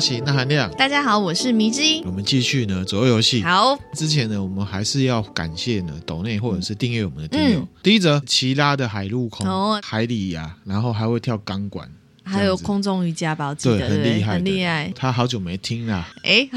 奇、那含亮，大家好，我是迷之音。我们继续呢左右游戏。好，之前呢，我们还是要感谢呢斗内或者是订阅我们的听友。嗯第一则，奇拉的海陆空、哦海里呀、然后还会跳钢管，还有空中瑜伽吧，我记对，得很对厉害，很厉害。。他好久没听啦，哎，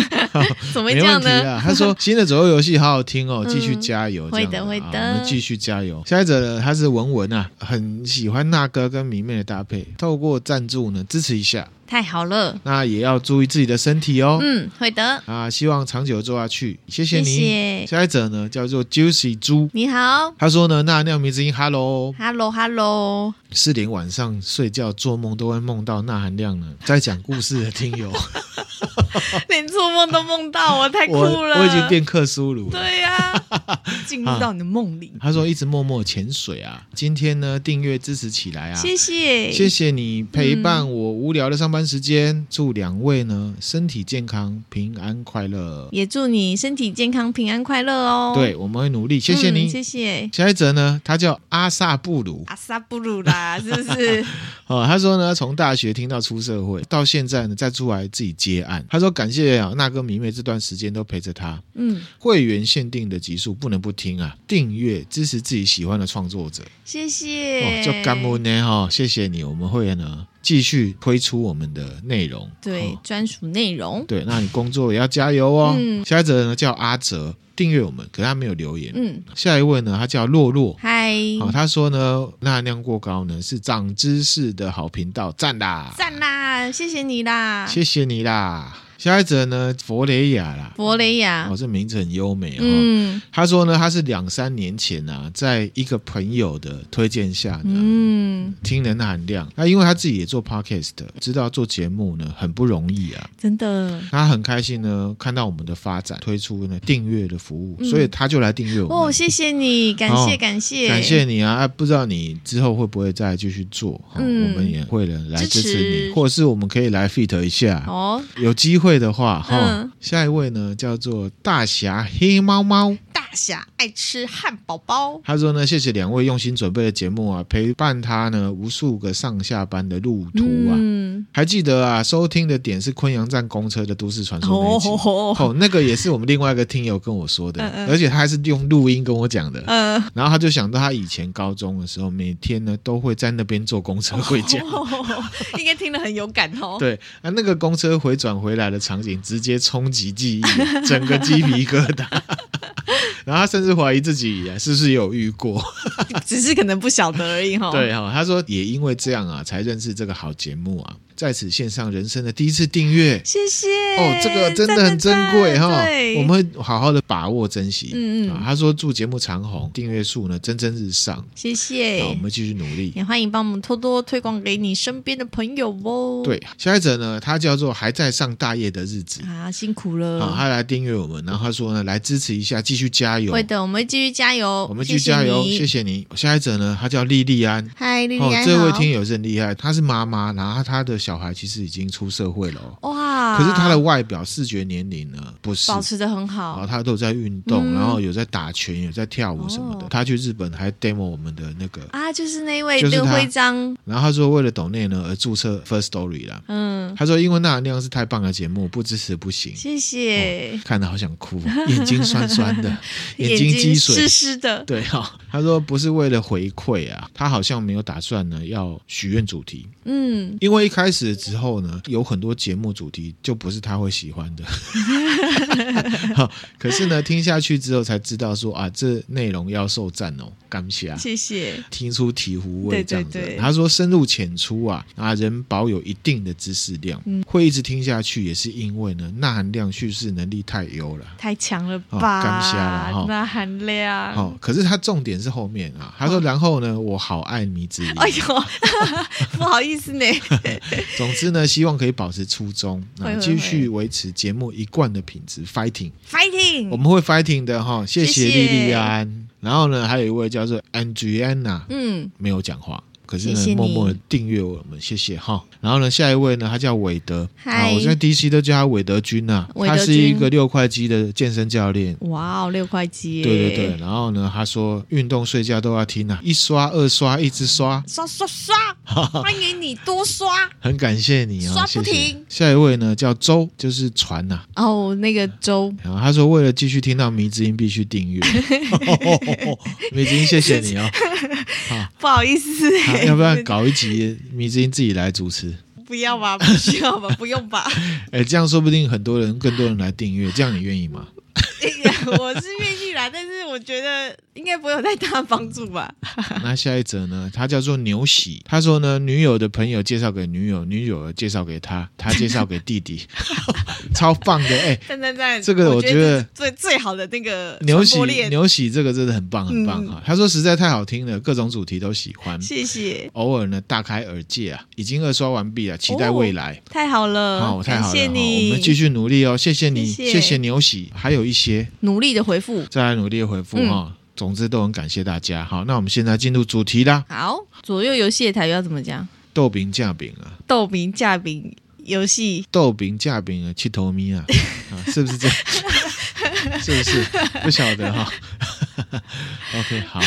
怎么会没问这样题呢？啦。他 说新的左右游戏好好听哦，嗯继续加油。会的这样会的啊我们继续加油。下一则呢，他是文文啊，很喜欢那哥跟迷妹的搭配，透过赞助呢支持一下，太好了，那也要注意自己的身体哦。嗯，会的，啊，希望长久做下去，谢谢谢你。谢。下一则呢叫做 Juicy 猪，你好他说呢，那尿迷之音，Hello， ，Hello，Hello，是连晚上睡觉做梦都会梦到那含亮呢，在讲故事的听友，连做梦都梦到 我， 太酷我了。我已经变克苏鲁了。对呀， 进入到你的梦里，他说一直默默潜水啊，今天呢订阅支持起来啊，谢谢，谢谢你陪伴我无聊的上班时间，祝两位呢身体健康、平安快乐。也祝你身体健康、平安快乐哦。对，我们会努力，谢谢你。嗯谢谢。下一则呢，他叫阿萨布鲁阿萨布鲁啦， 是不是？哦，他说呢，从大学听到出社会，到现在呢，再出来自己接案。他说感谢啊，那跟迷妹这段时间都陪着他。嗯，会员限定的集数不能不听啊，订阅支持自己喜欢的创作者。谢哦，谢。叫干木呢哈，谢谢你，我们会呢继续推出我们的内容。对哦，专属内容。对，那你工作也要加油哦。嗯下一则呢叫阿哲，订阅我们，可是他没有留言。嗯，下一位呢，他叫洛洛。嗨，好、他说呢，钠量过高呢是长知识的好频道，赞啦，赞啦，谢谢你啦，谢谢你啦。下一则呢，佛雷雅啦，佛雷亚哦，。这名字很优美哦。啊嗯他说呢，他是两三年前啊，在一个朋友的推荐下呢，嗯，听了那含量。那因为他自己也做 podcast，知道做节目呢很不容易啊。真的他很开心呢，看到我们的发展，推出呢订阅的服务，嗯所以他就来订阅我哦，们。谢谢你，感哦谢感谢感谢你啊！啊不知道你之后会不会再继续做？哦嗯我们也会了来支支持持你，或者是我们可以来 fit 一下。哦，有机会的话，哈、嗯下一位呢叫做大侠黑猫猫，大侠爱吃汉堡包，他说呢，谢谢两位用心准备的节目啊，陪伴他呢无数个上下班的路途啊。嗯，还记得啊，收听的点是昆阳站公车的都市传说那一集。哦哦，那个也是我们另外一个听友跟我说的，嗯嗯而且他还是用录音跟我讲的。呃， 然后他就想到他以前高中的时候，每天呢都会在那边坐公车回家。应该听得很有感哦。对啊，那个公车回转回来的场景直接冲击记忆， 整个鸡皮疙瘩。 然后他甚至怀疑自己啊是不是有遇过。只是可能不晓得而已哈。对哈、哦，他说也因为这样啊，才认识这个好节目啊，在此献上人生的第一次订阅。谢谢哦，这个真的很珍贵哈，对我们会好好的把握珍惜。嗯嗯啊，他说祝节目长红，订阅数呢蒸蒸日上。谢那我谢，们继续努力。也欢迎帮我们多多推广给你身边的朋友哦。对，下一则呢，他叫做还在上大夜的日子。啊，辛苦好、了，他来订阅我们，然后他说呢，来支持一下，继续加油会，的，我们会继续加油，我们继续加油，谢谢。谢你。下一则呢，他叫莉莉安，哦嗨，莉莉安，这位好听友是很厉害，她是妈妈，然后她的小孩其实已经出社会了哦，哇，可是她的外表、视觉年龄呢不是啊保，持的很好然后，她都有在运动，嗯然后有在打拳，有在跳舞什么的。哦她去日本还 demo 我们的那个，啊，就是那位就是刘他徽章，然后她说为了抖内呢而注册 First Story 啦。嗯，她说因为那那样是太棒的节目，不支持不行。谢谢，看的好想哭哦，眼睛酸酸 的，眼睛积水湿。湿的，对哈、他说不是为了回馈啊，他好像没有打算呢要许愿主题，嗯，因为一开始之后呢，有很多节目主题就不是他会喜欢的。好，可是呢，听下去之后才知道说啊，这内容要受赞哦，感谢啊。谢谢，听出醍醐味对对这样子。对他说深入浅出啊，啊，人保有一定的知识量，会一直听下去，也是因为呢，钠含量叙事能力太优了。太强了哦吧，感谢啦哈那含量，哦，可是他重点是后面啊，他说，然后呢，我好爱迷之音。哎呦， 不好意思呢，总之呢，希望可以保持初衷，会啊，会继续维持节目一贯的品质，fighting， fighting，我们会 fighting 的哈、谢谢嗯谢谢莉莉安。然后呢，还有一位叫做 Andriana，嗯，没有讲话，可是呢，谢谢你默默的订阅我们，谢谢哈。然后呢，下一位呢，他叫韦德，啊嗨，我在 DC 都叫他韦德君呐、韦他德君是一个六块肌的健身教练。哇哦，六块肌，对对对，，然后呢，他说运动睡觉都要听啊，一刷二刷一直刷，刷刷刷，欢迎你多刷很感谢你哦，刷谢不谢停下一位呢叫周，就是船啊呐、哦。那个周，然后他说为了继续听到迷之音，必须 订阅。迷之音，谢谢你哦。 不好意思啊，欸要不要搞一集迷之音自己来主持？不要吧？嗯不需要吧？ 不用吧？哎，这样说不定很多人更多人来订阅，这样你愿意吗？哎我是愿意啦，但是我觉得应该不会有太大帮助吧。 那下一则呢？他叫做牛喜，他说呢，女友的朋友介绍给女友，女友介绍给他，他介绍给弟 弟，超棒的哎。赞赞赞！这个我我觉得这是最最好的那个牛传喜播链，牛喜这个真的很棒很棒嗯哈、他说实在太好听了，各种主题都喜欢，谢谢，偶尔呢大开耳界啊，已经二刷完毕了，期待未来。太好了，好，太好了感谢哈你，我们继续努力哦，谢谢你，谢谢谢谢牛喜，还有一些努力的回复。再来努力地回复哈、哦嗯总之都很感谢大家。好，那我们现在进入主题啦，好，左右游戏的台语要怎么讲？豆饼架饼啊，豆饼架饼游戏， 豆饼架饼啊，七头咪啊，啊，是不是这样？ 是不是？不晓得哈、OK，好，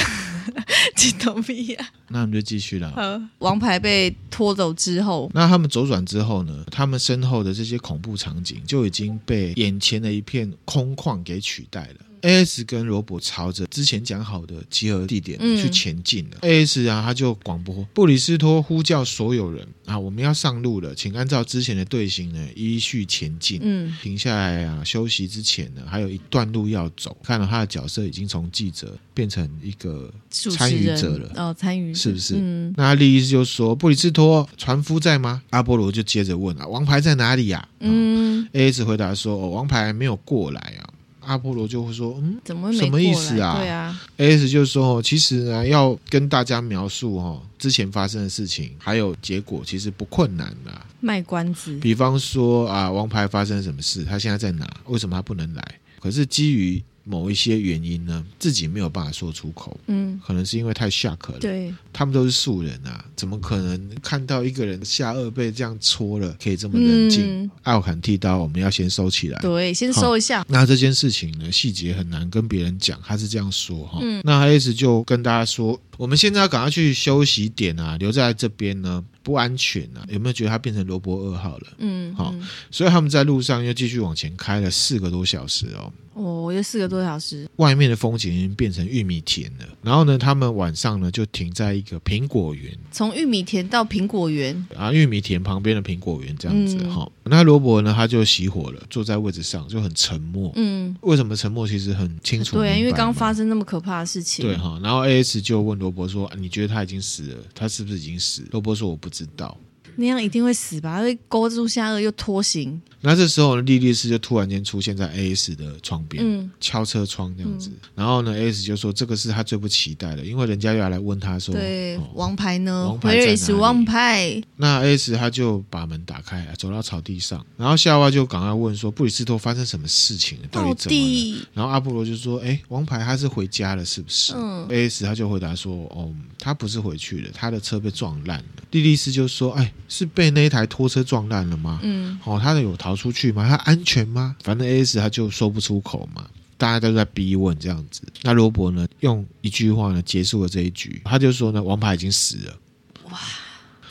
这懂咪呀？那我们就继续了。好王牌被拖走之后，那他们左转之后呢，他们身后的这些恐怖场景就已经被眼前的一片空旷给取代了。A.S. 跟罗伯朝着之前讲好的集合地点嗯去前进了。A.S. 啊，他就广播布里斯托呼叫所有人啊，我们要上路了，请按照之前的队形呢依序前进。嗯，停下来啊，休息之前呢，还有一段路要走。看到他的角色已经从记者变成一个主参持与人者了哦，参与者是不是嗯，那莉莉丝就说：“布里斯托船夫在吗？”阿波罗就接着问：“啊，王牌在哪里呀、嗯嗯， ，A.S. 回答说：“哦，王牌还没有过来啊。”阿波罗就会说：“嗯。怎么会没什么意思过来啊对啊， ”A.S. 就说：“哦，其实呢，要跟大家描述哦之前发生的事情，还有结果，其实不困难的啊、卖关子，比方说啊，王牌发生什么事，他现在在哪，为什么他不能来？可是基于某一些原因呢，自己没有办法说出口，嗯，可能是因为太 shock 了，对，他们都是素人啊，怎么可能看到一个人下颚被这样戳了，可以这么冷静？哎嗯，奥坎剃刀，我们要先收起来。对，先收一下，那这件事情呢，细节很难跟别人讲，他是这样说哈。嗯那 S 就跟大家说，我们现在要赶快去休息点啊，留在这边呢不安全啊。有没有觉得他变成罗伯二号了？嗯，好嗯所以他们在路上又继续往前开了四个多小时哦。哦，又四个多小时，外面的风景已经变成玉米田了。然后呢，他们晚上呢就停在一个苹果园从玉米田到苹果园，啊，玉米田旁边的苹果园这样子哈、齁嗯那罗伯呢，他就熄火了，坐在位置上就很沉默。嗯，为什么沉默？其实很清楚明白嘛。对，因为刚发生那么可怕的事情，对啊哈，然后 A S 就问罗伯说：“啊你觉得他已经死了？他是不是已经死了？”罗伯说：“我不知道。那样一定会死吧？会勾住下颚又拖行，”那这时候呢，莉莉丝就突然间出现在 A S 的窗边，嗯敲车窗这样子。然后呢，A S 就说：“这个是他最不期待的，因为人家又要来问他说，对哦，王牌呢王牌在哪里？Where is 王牌？那 S 他就把门打开，啊走到草地上，然后夏娃就赶快问说：“布里斯托发生什么事情了？到底到怎么了底？”然后阿波罗就说：“哎，王牌他是回家了，是不是？”嗯 A.S. 他就回答说：“哦，他不是回去了，他的车被撞烂了。”莉莉丝就说：“哎，是被那一台拖车撞烂了吗？嗯，哦，他的有逃出去吗？他安全吗？反正 A.S. 他就说不出口嘛。”大家都在逼问这样子，那罗伯呢，用一句话呢结束了这一局，他就说呢，王牌已经死了，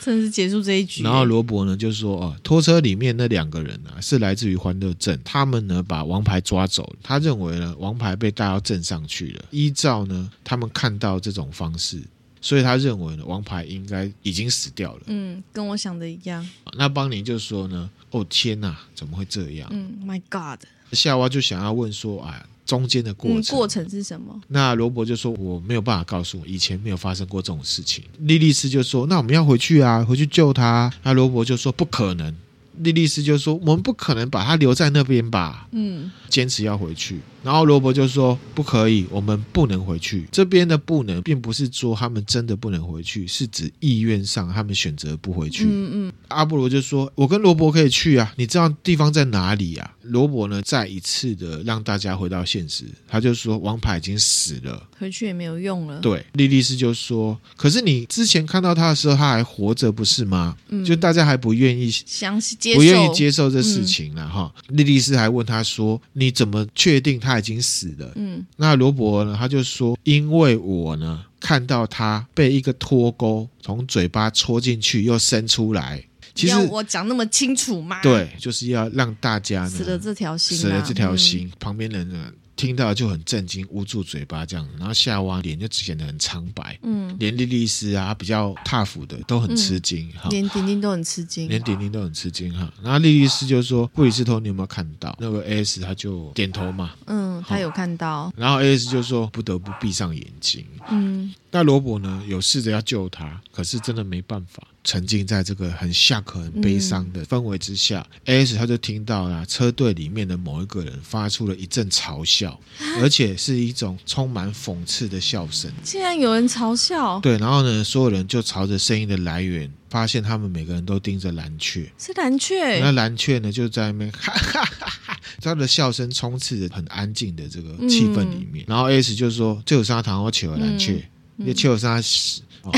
真的是结束这一局。欸然后罗伯呢就说：“哦，拖车里面那两个人啊，是来自于欢乐镇，他们呢把王牌抓走了。他认为呢，王牌被带到镇上去了。依照呢他们看到这种方式，所以他认为呢，王牌应该已经死掉了。嗯，跟我想的一样。那邦尼就说呢：‘哦天哪，怎么会这样嗯，My God，？’ 夏娃就想要问说：‘啊，中间的过嗯，程。过程是什么？那罗伯就说：“我没有办法告诉你，以前没有发生过这种事情。”莉莉丝就说：“那我们要回去啊，回去救他。”那罗伯就说：“不可能。”莉莉丝就说：“我们不可能把他留在那边吧嗯，？”坚持要回去。然后罗伯就说不可以，我们不能回去。这边的不能，并不是说他们真的不能回去，是指意愿上他们选择不回去。嗯嗯，阿波罗就说：“我跟罗伯可以去啊，你知道地方在哪里啊？”罗伯呢，再一次的让大家回到现实，他就说：“王牌已经死了。回去也没有用了。”对，莉莉丝就说：“可是你之前看到他的时候，他还活着，不是吗？”嗯就大家还不愿意详细接受，嗯不愿意接受这事情了哈。莉莉丝还问他说：“你怎么确定他已经死了？”嗯那罗伯呢，他就说：“因为我呢，看到他被一个脱钩从嘴巴戳进去，又伸出来。其实要我讲那么清楚吗？，对，就是要让大家呢死了这条心、啊，死了这条心，旁边人呢听到就很震惊，捂住嘴巴这样，然后夏娃脸就显得很苍白，嗯。连莉莉丝啊比较踏服的都很吃惊哈嗯，。连丁丁都很吃惊，连点点都很吃惊哈，然后莉莉丝就说：“布里斯托，你有没有看到？”那个 AS 他就点头嘛，嗯，他有看到，然后 AS 就说：“不得不闭上眼睛。嗯”那罗伯呢，有试着要救他，可是真的没办法，沉浸在这个很下课、很悲伤的氛围之下。AS 他就听到了车队里面的某一个人发出了一阵嘲笑，而且是一种充满讽刺的笑声。竟然有人嘲笑，对，然后呢，所有人就朝着声音的来源，发现他们每个人都盯着蓝雀。是蓝雀，那蓝雀呢，就在那边哈哈哈哈，他的笑声充斥着很安静的这个气氛里面。然后 S 就说：“这有啥糖我求蓝雀，你求啥屎？”哦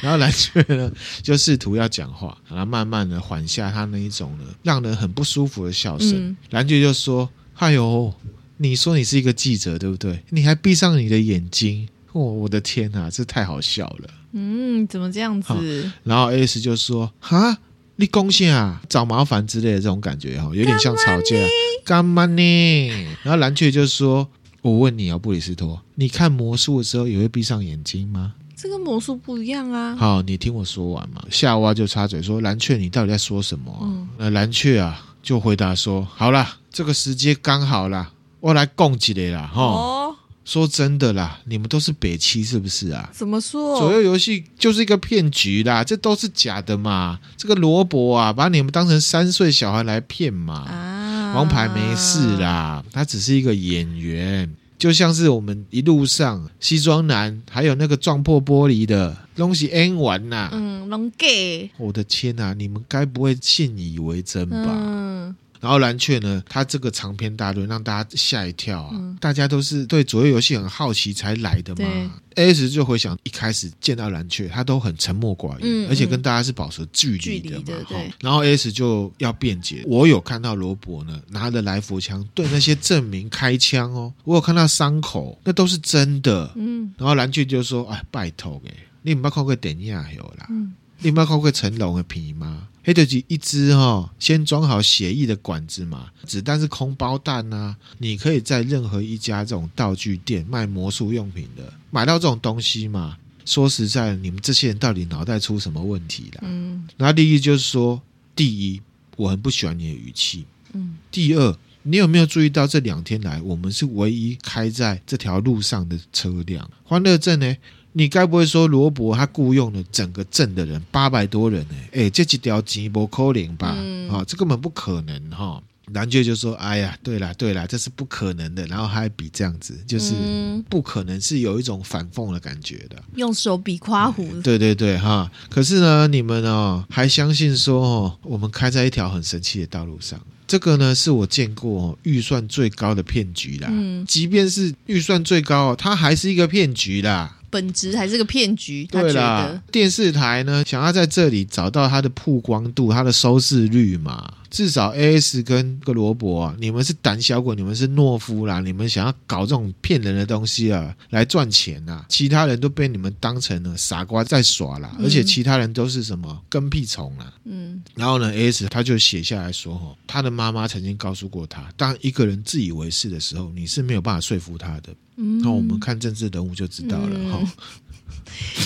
然后蓝雀呢，就试图要讲话，然后慢慢的缓下他那一种呢让人很不舒服的笑声。嗯蓝雀就说：“哎呦，你说你是一个记者对不对？你还闭上你的眼睛，哦，我的天哪、这太好笑了。”嗯，怎么这样子？然后 S 就说：“哈，你贡献啊，找麻烦之类的这种感觉哈，有点像吵架。干嘛呢？”然后蓝雀就说：“我问你哦，布里斯托，你看魔术的时候也会闭上眼睛吗？”这跟魔术不一样啊，好，你听我说完嘛。夏娃就插嘴说：“蓝雀，你到底在说什么、啊？”嗯那蓝雀啊就回答说：“好啦，这个时间刚好啦，我来供几类啦。哦，哦，说真的啦，你们都是北七是不是啊？怎么左说？右游戏就是一个骗局啦，这都是假的嘛。这个罗伯啊，把你们当成三岁小孩来骗嘛。啊，王牌没事，啦，他只是一个演员，就像是我们一路上西装男，还有那个撞破玻璃的东西 N 玩呐。嗯，龙 gay，我的天呐、你们该不会信以为真吧？嗯，然后蓝雀呢，它这个长篇大论让大家吓一跳啊！嗯大家都是对左右游戏很好奇才来的嘛。S 就回想一开始见到蓝雀，他都很沉默寡言，嗯而且跟大家是保持距离距的离嘛。的哈对然后 S 就要辩解，我有看到罗伯呢拿着来福枪对那些证明开枪哦，我有看到伤口，那都是真的。嗯然后蓝雀就说：“哎，拜托哎，你唔捌看过电影有啦？”嗯，你有没有看过成龙的皮吗？黑就是一只哈、哦，先装好血液的管子嘛，子弹是空包弹呐、你可以在任何一家这种道具店卖魔术用品的买到这种东西嘛。说实在，你们这些人到底脑袋出什么问题啦？嗯然后第一就是说，第一，我很不喜欢你的语气；嗯，第二，你有没有注意到这两天来，我们是唯一开在这条路上的车辆？欢乐镇呢？你该不会说罗伯他雇佣了整个镇的人八百多人呢、哎、这几条钱不扣零吧？啊、嗯这根本不可能哈、蓝雀就说：“哎呀，对啦对啦，这是不可能的。”然后还比这样子，就是嗯不可能是有一种反讽的感觉的。用手比夸胡，对对对，哈！可是呢，你们哦还相信说哦，我们开在一条很神奇的道路上，这个呢是我见过、哦、预算最高的骗局啦。嗯即便是预算最高、哦，它还是一个骗局啦。本质还是个骗局，他对觉啦得，，电视台呢想要在这里找到它的曝光度、它的收视率嘛。至少 A S 跟个罗伯啊，你们是胆小鬼，你们是懦夫啦，你们想要搞这种骗人的东西啊，来赚钱啊。其他人都被你们当成了傻瓜在耍啦，嗯而且其他人都是什么跟屁虫啦。嗯然后呢，A S 他就写下来说，哦，他的妈妈曾经告诉过他，当一个人自以为是的时候，你是没有办法说服他的。嗯，那我们看政治人物就知道了哈。嗯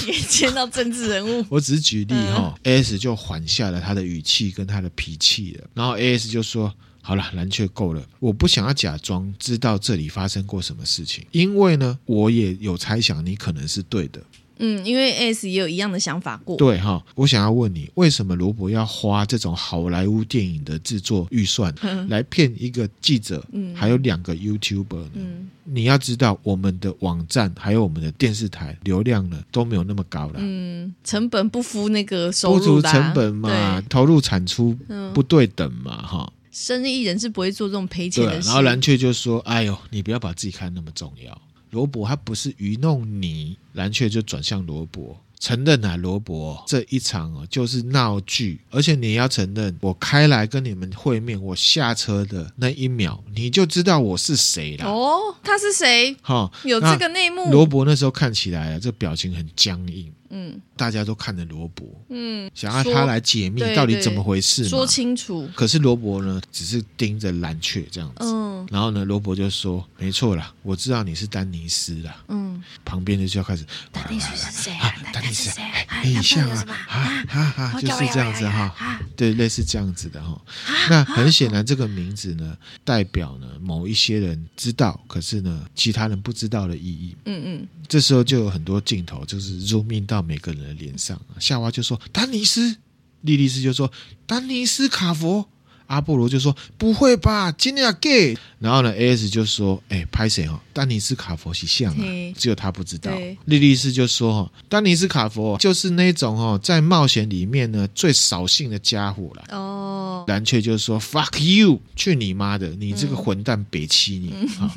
也见到政治人物，我只是举例嗯哈、a s 就缓下了他的语气跟他的脾气了，然后 AS 就说。好了，蓝雀够了，我不想要假装知道这里发生过什么事情，因为呢，我也有猜想你可能是对的，嗯，因为 S 也有一样的想法过。对哈，我想要问你，为什么罗伯要花这种好莱坞电影的制作预 算嗯来骗一个记者，嗯还有两个 YouTuber 呢？嗯你要知道，我们的网站还有我们的电视台流量呢都没有那么高啦，嗯，成本不敷那个收不入足啦，成本嘛，啊对，投入产出嗯，不对等嘛，哈、生意人是不会做这种赔钱对啊。的事。然后蓝雀就说：“哎呦，你不要把自己看那么重要。”罗伯他不是愚弄你，蓝雀就转向罗伯。承认啊，罗伯这一场哦就是闹剧，而且你也要承认，我开来跟你们会面，我下车的那一秒，你就知道我是谁了。哦，他是谁？哈、有那这个内幕？罗伯那时候看起来啊，这表情很僵硬，嗯大家都看着罗伯，嗯，想要说他来解密对到底对怎么回事嘛说。清楚。可是罗伯呢，只是盯着蓝雀这样子。嗯然后呢，罗伯就说：“没错啦，我知道你是丹尼斯啦。嗯，”旁边的就要开始，丹尼斯是谁啊啊？丹尼斯是谁？哎啊你他像朋友啊是吧，啊啊啊，就是这样子哈，啊对，类似这样子的哈。那很显然，这个名字呢，代表呢某一些人知道，可是呢其他人不知道的意义。嗯嗯，这时候就有很多镜头，就是 zoom in 到每个人的脸上。啊夏娃就说：“丹尼斯。”莉莉丝就说：“丹尼斯卡佛。”阿波罗就说：“不会吧，今天 gay。”然后呢，AS 就说：“哎，拍谁哦？丹尼斯卡佛是像啊嘿，只有他不知道对。”莉莉丝就说：“哦，丹尼斯卡佛就是那种哦，在冒险里面呢最扫兴的家伙啦。”哦，蓝雀就说：“fuck you，去你妈的！你嗯这个混蛋，北齐你啊！”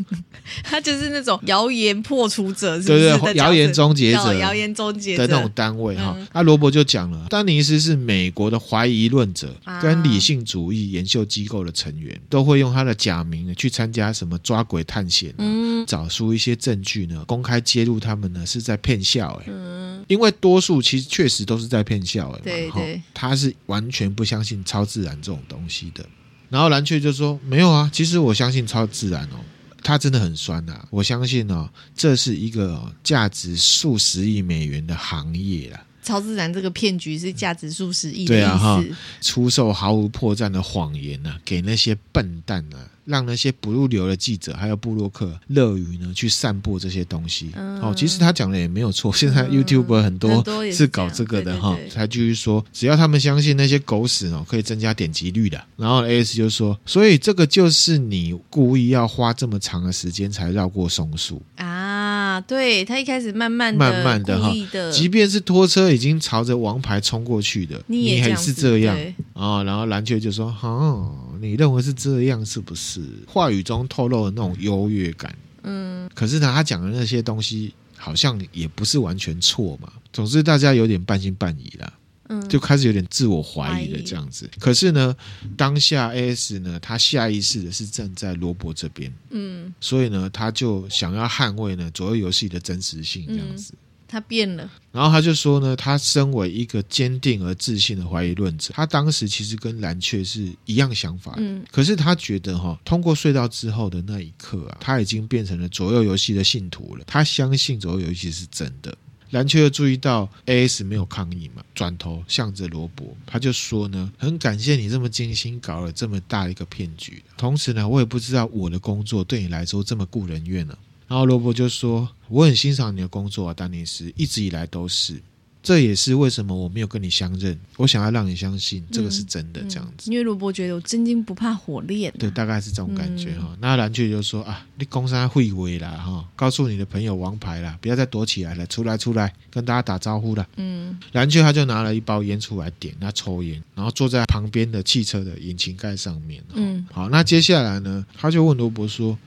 他就是那种谣言破除者，是不对是？对，的角色谣言终结者，哦谣言终结的者那种单位哈嗯。那罗伯就讲了，丹尼斯是美国的怀疑论者啊跟理性主义研究机构的成员，都会用他的假名呢去参加什么抓鬼探险啊，嗯找出一些证据呢，公开揭露他们呢是在骗笑哎。嗯，因为多数其实确实都是在骗笑哎，对哈对他是完全不相信超自然这种东西的。然后蓝雀就说：“没有啊，其实我相信超自然哦，它真的很酸呐、我相信哦，这是一个、哦、价值数十亿美元的行业啊啦，超自然这个骗局是价值数十亿的对啊哈意思。出售毫无破绽的谎言呐、给那些笨蛋呐、让那些不入流的记者还有布洛克乐于呢去散布这些东西。嗯哦，其实他讲的也没有错，现在嗯 YouTube 很多很多也是是搞这个的这样哈对对，对他继续说，只要他们相信那些狗屎哦，可以增加点击率的。然后 AS 就说，所以这个就是你故意要花这么长的时间才绕过松树，啊，对他一开始慢慢的、慢慢地哈故意的，即便是拖车已经朝着王牌冲过去的，你也还样是子这样。对啊、然后蓝雀就说：“哦，你认为是这样是不是？”话语中透露了那种优越感。嗯可是呢，他讲的那些东西好像也不是完全错嘛。总之，大家有点半信半疑啦，嗯，就开始有点自我怀疑怀了疑这样子。可是呢，当下 AS 呢，他下意识的是站在罗伯这边，嗯，所以呢，他就想要捍卫呢左右游戏的真实性嗯这样子。他变了，然后他就说呢，他身为一个坚定而自信的怀疑论者，他当时其实跟蓝雀是一样想法的。嗯可是他觉得哈、通过隧道之后的那一刻啊，他已经变成了左右游戏的信徒了。他相信左右游戏是真的。蓝雀又注意到 AS 没有抗议嘛，转头向着罗伯，他就说呢，很感谢你这么精心搞了这么大一个骗局，同时呢，我也不知道我的工作对你来说这么顾人怨呢、啊然后罗伯就说：“我很欣赏你的工作啊，丹尼斯，一直以来都是。这也是为什么我没有跟你相认，我想要让你相信这个是真的，嗯这样子。因为罗伯觉得我真金不怕火炼、啊对，，大概是这种感觉哈、那蓝雀就说啊，你工商会威啦哈、告诉你的朋友王牌啦，不要再躲起来了，出来出来，跟大家打招呼啦。嗯蓝雀他就拿了一包烟出来点，他抽烟，然后坐在旁边的汽车的引擎盖上面。嗯好，那接下来呢，他就问罗伯说：“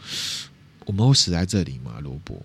我们会死在这里吗？”罗伯，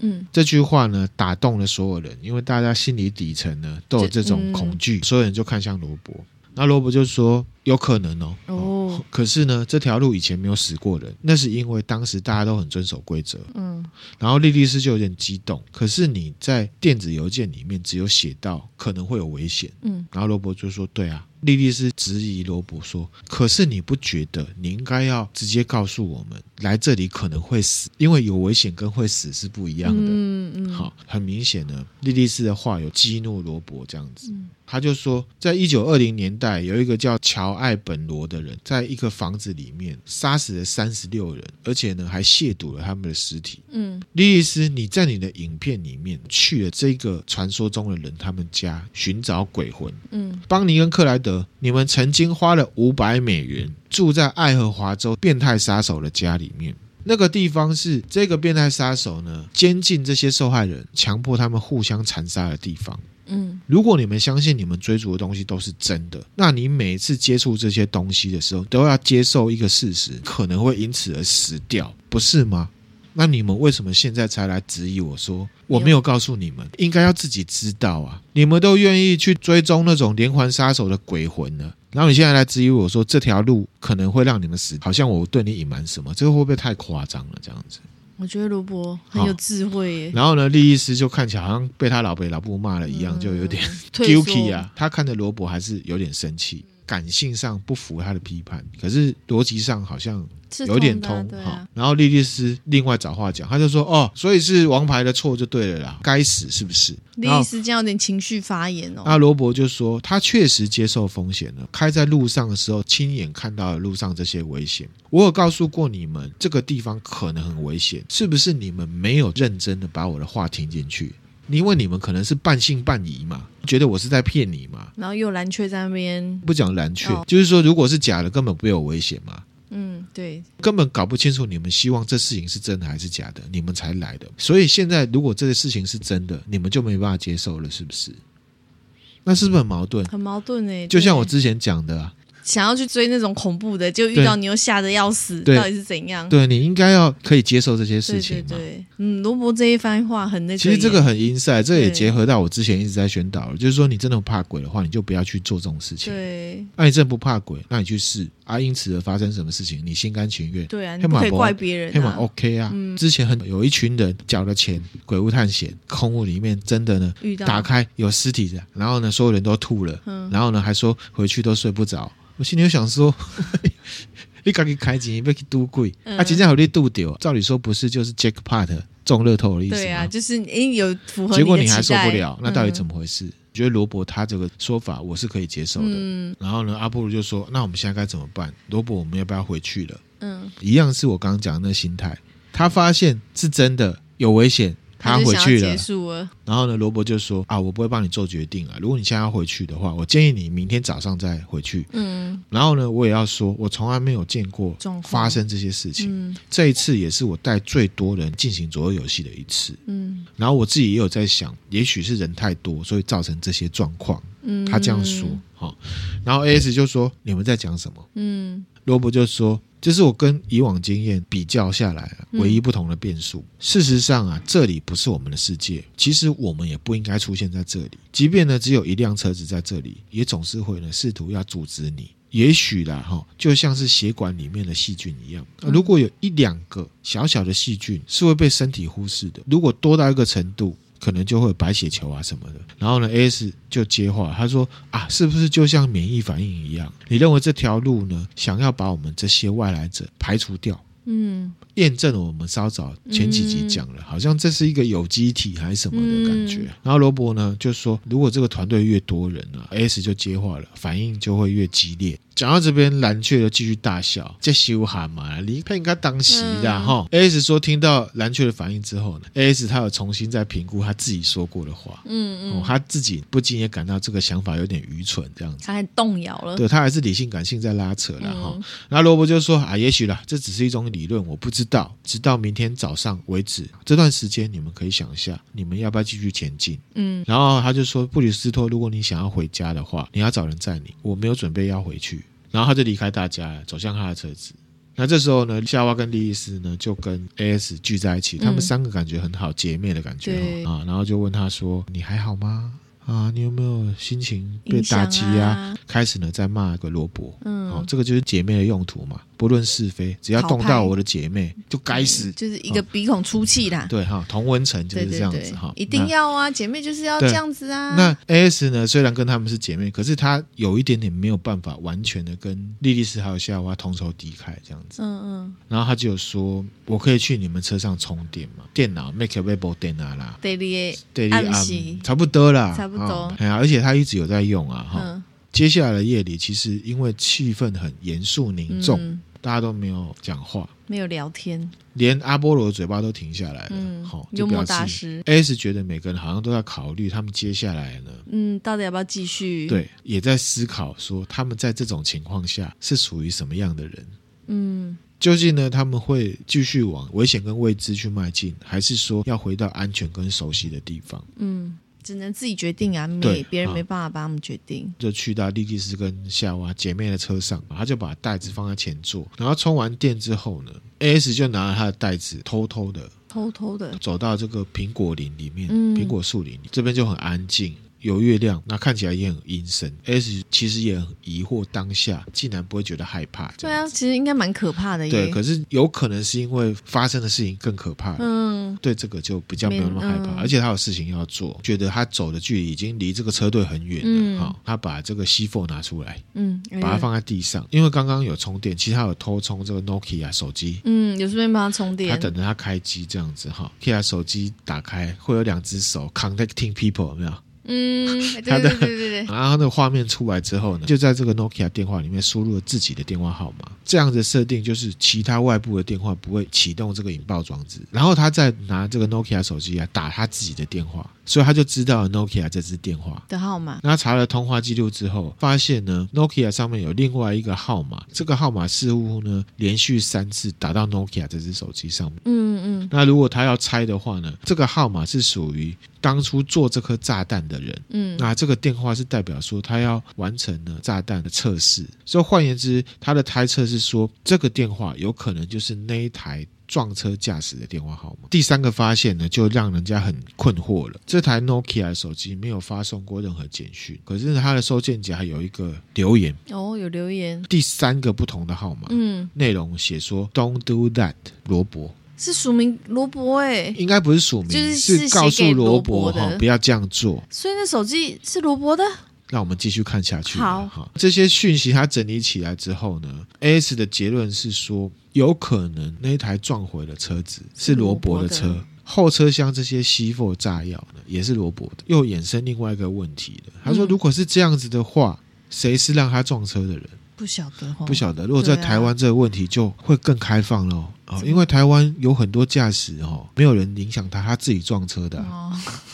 嗯，这句话呢打动了所有人，因为大家心里底层呢都有这嗯种恐惧，所有人就看向罗伯。那罗伯就说：“有可能哦，哦，可是呢，这条路以前没有死过人，那是因为当时大家都很遵守规则。嗯然后莉莉丝就有点激动，可是你在电子邮件里面只有写到可能会有危险。嗯然后罗伯就说：“对啊。”莉莉丝质疑罗伯说：“可是你不觉得你应该要直接告诉我们，来这里可能会死，因为有危险跟会死是不一样的。嗯嗯嗯，好，很明显呢，莉莉丝的话有激怒罗伯这样子嗯。他就说，在一九二零年代，有一个叫乔艾本罗的人，在一个房子里面杀死了三十六人，而且呢还亵渎了他们的尸体。嗯莉莉丝，你在你的影片里面去了这个传说中的人他们家寻找鬼魂。嗯邦尼跟克莱德，你们曾经花了五百美元住在爱荷华州变态杀手的家里面。那个地方是这个变态杀手呢监禁这些受害人，强迫他们互相残杀的地方。嗯如果你们相信你们追逐的东西都是真的，那你每次接触这些东西的时候，都要接受一个事实，可能会因此而死掉，不是吗？那你们为什么现在才来质疑我说我没有告诉你们，应该要自己知道啊？你们都愿意去追踪那种连环杀手的鬼魂呢？然后你现在来质疑我说这条路可能会让你们死，好像我对你隐瞒什么，这个会不会太夸张了？这样子。我觉得罗伯很有智慧耶，然后呢，莉莉丝就看起来好像被她老北老布骂了一样，就有点 guilty 啊，他看着罗伯还是有点生气，嗯感性上不服他的批判，可是逻辑上好像退缩，有点通通的啊对哈、啊，然后莉莉丝另外找话讲，他就说：“哦，所以是王牌的错就对了啦，该死是不是？”然莉莉后啊丝这样有点情绪发言哦，那罗伯就说，他确实接受风险了。开在路上的时候，亲眼看到了路上这些危险。我有告诉过你们，这个地方可能很危险，是不是？你们没有认真的把我的话听进去，因为你们可能是半信半疑嘛，觉得我是在骗你嘛。然后又有蓝雀在那边，不讲蓝雀，哦就是说，如果是假的，根本不会有危险嘛。嗯，对，根本搞不清楚你们希望这事情是真的还是假的，你们才来的。所以现在如果这个事情是真的，你们就没办法接受了，是不是？那是不是很矛盾？很矛盾哎，就像我对之前讲的、啊，想要去追那种恐怖的，就遇对到你又吓得要死，对到底是怎样？对你应该要可以接受这些事对情对嘛。对，嗯，罗伯这一番话很那个耶，其实这个很阴塞，这也对结合到我之前一直在宣导的，就是说你真的怕鬼的话，你就不要去做这种事情。对那、你真的不怕鬼，那你去试啊，因此而发生什么事情，你心甘情愿，对啊，你黑不马可以博怪别人黑马啊， OK 啊。之前很有一群人缴了钱，鬼屋探险，空屋里面真的呢遇到打开有尸体的，然后呢所有人都吐了，嗯然后呢还说回去都睡不着。我心里就想说， 你赶紧开钱，别去赌鬼，嗯啊，真正有你赌掉。照理说不是就是 jackpot 中乐透的意思吗？对啊，就是诶有符合结果你你的还期受不待嗯了，那到底怎么回事？我觉得罗伯他这个说法我是可以接受的。嗯然后呢，阿波罗就说：“那我们现在该怎么办？罗伯，我们要不要回去了？”嗯，一样是我刚刚讲的那心态。他发现是真的有危险，他就回想要去了结。束了，然后呢，罗伯就说：“啊，我不会帮你做决定啊。如果你现在要回去的话，我建议你明天早上再回去。嗯然后呢，我也要说，我从来没有见过状况发生这些事情。嗯这一次也是我带最多人进行左右游戏的一次。嗯然后我自己也有在想，也许是人太多，所以造成这些状况。嗯，他这样说，好、然后 A S 就说：“你们在讲什么？”嗯，罗伯就说：“这是我跟以往经验比较下来啊嗯唯一不同的变数。事实上啊，这里不是我们的世界，其实我们也不应该出现在这里。即便呢，只有一辆车子在这里，也总是会呢试图要阻止你。”也许啦，哈，就像是血管里面的细菌一样，嗯如果有一两个小小的细菌是会被身体忽视的，如果多到一个程度，可能就会有白血球啊什么的。然后呢，S 就接话，他说啊，是不是就像免疫反应一样？你认为这条路呢，想要把我们这些外来者排除掉？嗯验证了我们稍早前几集讲了，好像这是一个有机体还是什么的感觉。嗯然后罗伯呢就说，如果这个团队越多人啊，S 就接话了，反应就会越激烈。讲到这边，蓝雀就继续大笑，这羞喊嘛，你骗人家当席啦嗯哈。S 说听到蓝雀的反应之后呢，S 他有重新再评估他自己说过的话，嗯哦嗯，，他自己不禁也感到这个想法有点愚蠢，这样子。他还动摇了，对他还是理性感性在拉扯了哈嗯。那罗伯就说啊，也许啦，这只是一种理论，我不知道，直到明天早上为止。这段时间你们可以想一下，你们要不要继续前进？嗯然后他就说，布里斯托，如果你想要回家的话，你要找人载你，我没有准备要回去。然后他就离开大家了，走向他的车子。那这时候呢，夏娃跟莉莉丝呢就跟 AS 聚在一起，她们嗯三个感觉很好，姐妹的感觉哦对啊。然后就问她说：“你还好吗？啊，你有没有心情被影响打击呀、啊开始呢在骂个罗伯，嗯哦，这个就是姐妹的用途嘛。不论是非，只要好动派嗯到我的姐妹，就该死。就是一个鼻孔出气啦。对哈，同温层就对是这对样对子哈，，一定要啊，姐妹就是要对这样子啊。那 A S 呢？虽然跟他们是姐妹，可是她有一点点没有办法完全的跟莉莉丝还有夏娃同仇敌忾这样子。嗯嗯然后她就有说：“我可以去你们车上充电嘛？电脑 make available 电脑啦， ，daily 对暗啊时，差不多啦，差不多啊哎呀、而且她一直有在用啊哈。嗯，接下来的夜里，其实因为气氛很严肃凝重，嗯大家都没有讲话，没有聊天，连阿波罗的嘴巴都停下来了。嗯好、就幽默表大示师， S 觉得每个人好像都在考虑他们接下来呢。”嗯，到底要不要继续？，对，也在思考说他们在这种情况下是属于什么样的人。嗯究竟呢，他们会继续往危险跟未知去迈进，还是说要回到安全跟熟悉的地方？嗯，只能自己决定啊，对没别人啊没办法帮他们决定。就去到莉莉丝跟夏娃姐妹的车上，他就把袋子放在前座，然后充完电之后呢，A.S. 就拿了他的袋子，偷偷的偷偷的，走到这个苹果林里面，嗯苹果树林里这边就很安静。有月亮，那看起来也很阴森。S 其实也很疑惑，当下竟然不会觉得害怕。这对样啊，其实应该蛮可怕的对，耶。可是有可能是因为发生的事情更可怕了。嗯，对这个就比较没有那么害怕，嗯而且他有事情要做，觉得他走的距离已经离这个车队很远了。嗯哈、他把这个西凤拿出来，嗯，哎呀把它放在地上，因为刚刚有充电，其实他有偷充这个 Nokia 手机，嗯，有顺便帮他充他电。等着他开机这样子哈。Nokia 手机打开会有两只手 connecting people 有没有？ 嗯，对他对的对对对，然后那个画面出来之后呢，就在这个 Nokia 电话里面输入了自己的电话号码。这样的设定就是其他外部的电话不会启动这个引爆装置。然后他再拿这个 Nokia 手机啊打他自己的电话，所以他就知道了 Nokia 这支电话。的号码。那查了通话记录之后，发现呢，Nokia 上面有另外一个号码，这个号码似乎呢连续三次打到 Nokia 这只手机上面。嗯嗯那如果他要猜的话呢，这个号码是属于当初做这颗炸弹的人。嗯，那这个电话是代表说他要完成了炸弹的测试，所以换言之，他的猜测是说这个电话有可能就是那一台。撞车驾驶的电话号码。第三个发现呢，就让人家很困惑了。这台 Nokia 的手机没有发送过任何简讯，可是它的收件夹有一个留言，哦，有留言。第三个不同的号码，嗯，内容写说 “Don't do that”，罗伯是署名罗伯哎，应该不是署名，就是是写告诉给罗罗伯伯的哈、不要这样做。所以那手机是罗伯的。让我们继续看下去。好哈，这些讯息它整理起来之后呢，A.S. 的结论是说，有可能那一台撞毁的车子是罗伯的是罗车伯的。后车厢这些西凤炸药呢，也是罗伯的，又衍生另外一个问题了。他说，嗯如果是这样子的话，谁是让他撞车的人？不晓得哈，不晓得。如果在对啊台湾这个问题就会更开放喽，哦，怎么因为台湾有很多驾驶哦，没有人影响他，他自己撞车的啊、哦，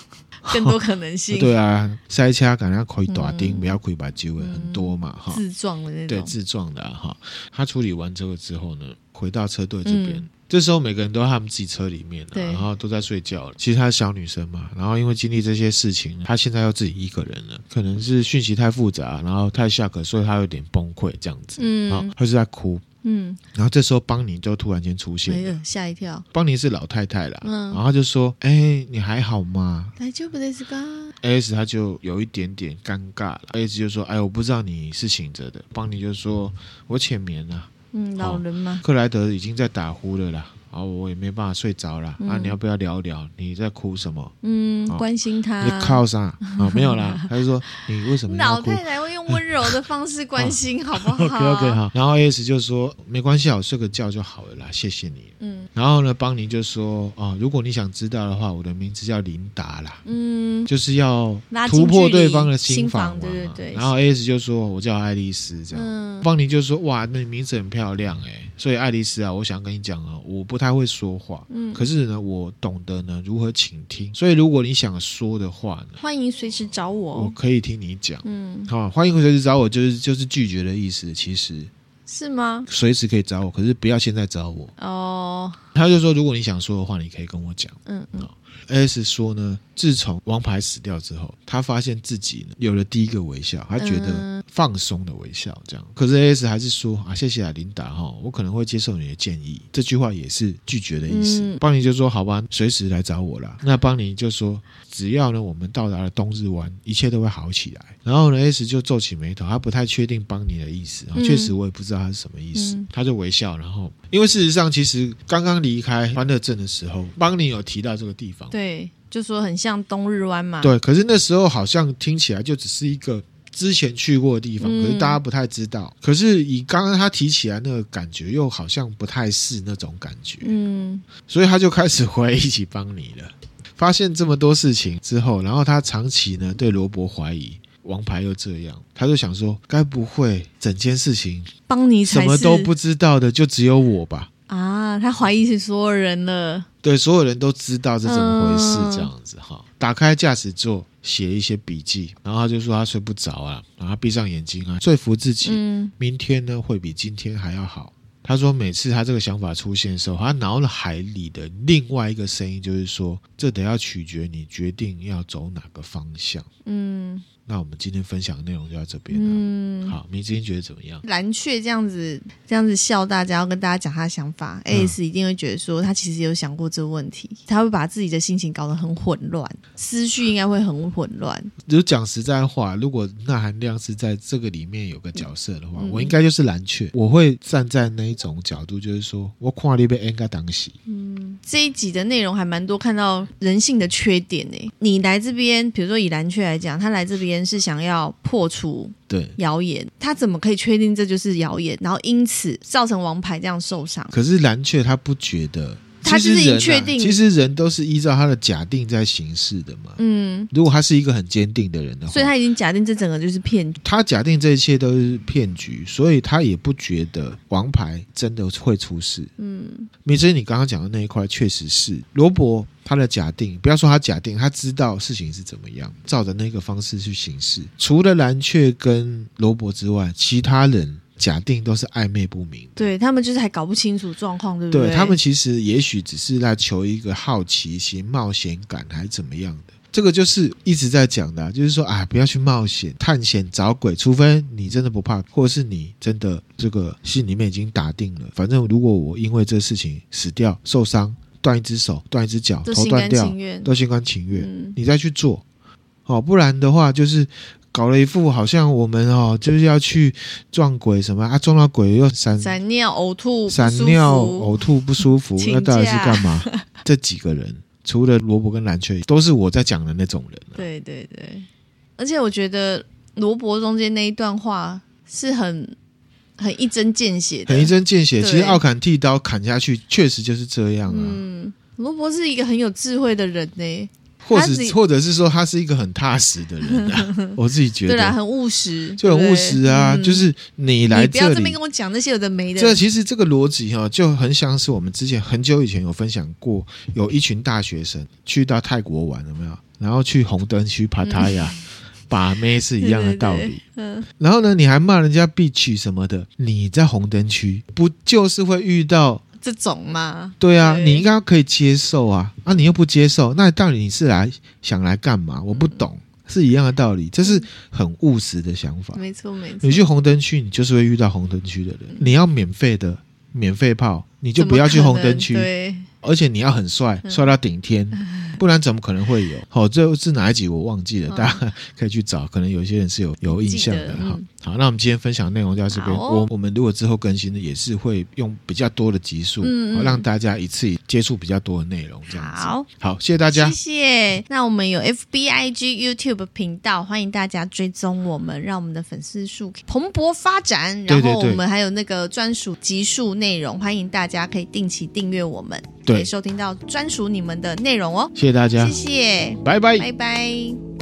更多可能性， 对啊，塞车赶上可以打钉，嗯不要可以把机会嗯很多嘛哈。自撞的那对种，自撞的啊哈、他处理完这个之后呢，回到车队这边。嗯这时候每个人都在他们自己车里面、啊，对然后都在睡觉了。其实她是小女生嘛，然后因为经历这些事情，她现在又自己一个人了，可能是讯息太复杂，然后太下课，所以她有点崩溃这样子。嗯啊，她就在哭。嗯，然后这时候邦尼就突然间出哎现了，呦，吓一跳。邦尼是老太太啦，嗯然后她就说：“哎、你还好吗？”大丈夫ですか？ S 他就有一点点尴尬了，S 就说：“哎，我不知道你是醒着的。”邦尼就说：“我浅眠了、嗯，老人嘛，克莱德已经在打呼了啦，啊，我也没办法睡着啦。啊，嗯你要不要聊聊？你在哭什么？嗯哦，关心你他。靠啥？啊，没有啦。” 他就说：“你为什么要老哭太太会用温柔的方式关心，好不？”OK 好 OK 好，然后 S 就说没关系啊，我睡个觉就好了啦，谢谢你。嗯然后呢，邦尼就说啊、如果你想知道的话，我的名字叫琳达啦，嗯，就是要拉近突破距离对方的心心房房嘛。对对对然后 A S 就说：“我叫爱丽丝。”这样，嗯邦尼就说：“哇，那你名字很漂亮哎、所以爱丽丝啊，我想跟你讲啊，我不太会说话，嗯，可是呢，我懂得呢如何倾听。所以如果你想说的话呢，欢迎随时找我我。可以听你讲。嗯，好、欢迎随时找我，就是就是拒绝的意思。其实是吗？随时可以找我，可是不要现在找我。哦，他就说，如果你想说的话，你可以跟我讲。嗯嗯 S 说呢，自从王牌死掉之后，他发现自己呢有了第一个微笑，他觉得嗯放松的微笑这样。可是 S 还是说啊，谢谢啊，琳达哈，我可能会接受你的建议。这句话也是拒绝的意思。嗯邦尼就说好吧，随时来找我啦。那邦尼就说，只要呢我们到达了冬日湾，一切都会好起来。然后呢，S 就皱起眉头，他不太确定邦尼的意思啊，嗯确实我也不知道他是什么意思。嗯他就微笑，然后因为事实上，其实刚刚离开欢乐镇的时候，邦尼有提到这个地方。对，就说很像冬日湾嘛。对，可是那时候好像听起来就只是一个之前去过的地方，嗯可是大家不太知道。可是以刚刚他提起来那个感觉，又好像不太是那种感觉，嗯，所以他就开始回忆起邦尼了。发现这么多事情之后，然后他长期呢对罗伯怀疑。王牌又这样，他就想说，该不会整件事情邦尼才什是么都不知道的就只有我吧？啊，他怀疑是所有人了。对，所有人都知道这怎么回事嗯，这样子哈。打开驾驶座，写一些笔记，然后他就说他睡不着啊，然后他闭上眼睛啊，说服自己、嗯明天呢会比今天还要好。他说每次他这个想法出现的时候，他脑海里的另外一个声音就是说，这得要取决你决定要走哪个方向。嗯那我们今天分享的内容就到这边了。嗯，好，明今天觉得怎么样？蓝雀这样子这样子笑大家，要跟大家讲他的想法、嗯 a s 一定会觉得说他其实有想过这个问题，他会把自己的心情搞得很混乱，思绪应该会很混乱。就讲实在话，如果那含量是在这个里面有个角色的话，嗯我应该就是蓝雀，我会站在那一种角度，就是说我看你被应该当洗，这一集的内容还蛮多，看到人性的缺点呢、你来这边，比如说以蓝雀来讲，他来这边是想要破除对。谣言，他怎么可以确定这就是谣言？然后因此造成王牌这样受伤。可是蓝雀他不觉得，他其实就是已人啊确定其实人都是依照他的假定在行事的嘛。嗯，如果他是一个很坚定的人的话，所以他已经假定这整个就是骗局。他假定这一切都是骗局，所以他也不觉得王牌真的会出事。嗯米芝，你刚刚讲的那一块确实是罗伯他的假定，不要说他假定，他知道事情是怎么样，照着那个方式去行事。除了蓝雀跟罗伯之外，其他人假定都是暧昧不明。对他们就是还搞不清楚状况，对不对对他们，其实也许只是在求一个好奇心、冒险感，还是怎么样的。这个就是一直在讲的啊、就是说啊，不要去冒险、探险、找鬼，除非你真的不怕，或者是你真的这个心里面已经打定了。反正如果我因为这事情死掉、受伤、断一只手、断一只脚、都头心断甘掉情，愿。都心甘情愿，嗯，你再去做。哦，不然的话就是搞了一副好像我们哦就是要去撞鬼什么啊，撞到鬼又闪闪尿、呕吐、闪不舒服，尿、呕吐不舒服请那到底是假干 嘛？这几个人除了罗伯跟蓝雀，都是我在讲的那种人、啊。对对对，而且我觉得罗伯中间那一段话是很很一针见血的，很一针见血，对其实奥坎剃刀砍下去，确实就是这样啊，嗯，罗伯是一个很有智慧的人呢、或他者是或者是说他是一个很踏实的人 啊，我自己觉对啦，得很务实，就很务实啊，对不对嗯就是你来你不要这这边里跟，我讲那些有的没的，这其实这个逻辑哈、就很像是我们之前很久以前有分享过，有一群大学生去到泰国玩，有没有？然后去红灯区帕塔亚把妹是一样的道理。嗯 对对对嗯然后呢，你还骂人家 bitch 什么的，你在红灯区不就是会遇到？这种嘛，对啊，对你应该可以接受啊，啊，你又不接受，那到底你是来想来干嘛？我不懂，是一样的道理，这是很务实的想法。没错没错你，去红灯区，你就是会遇到红灯区的人。嗯你要免费的免费泡，你就怎么不要去可能红灯区，对，嗯而且你要很帅，帅到顶 天，不然怎么可能会有？好，这是哪一集我忘记了，嗯大家可以去找，可能有一些人是有有印象的记得哈嗯。好，那我们今天分享的内容就到这边。好哦我我们如果之后更新的，也是会用比较多的集数，嗯嗯好让大家一次接触比较多的内容，这样子。好，好，谢谢大家谢，谢。那我们有 FBIG YouTube 频道，欢迎大家追踪我们，让我们的粉丝数蓬勃发展。对然对后对我们还有那个专属集数内容，欢迎大家可以定期订阅我们，对可以收听到专属你们的内容哦。谢谢大家啊哎谢，谢，拜拜。拜拜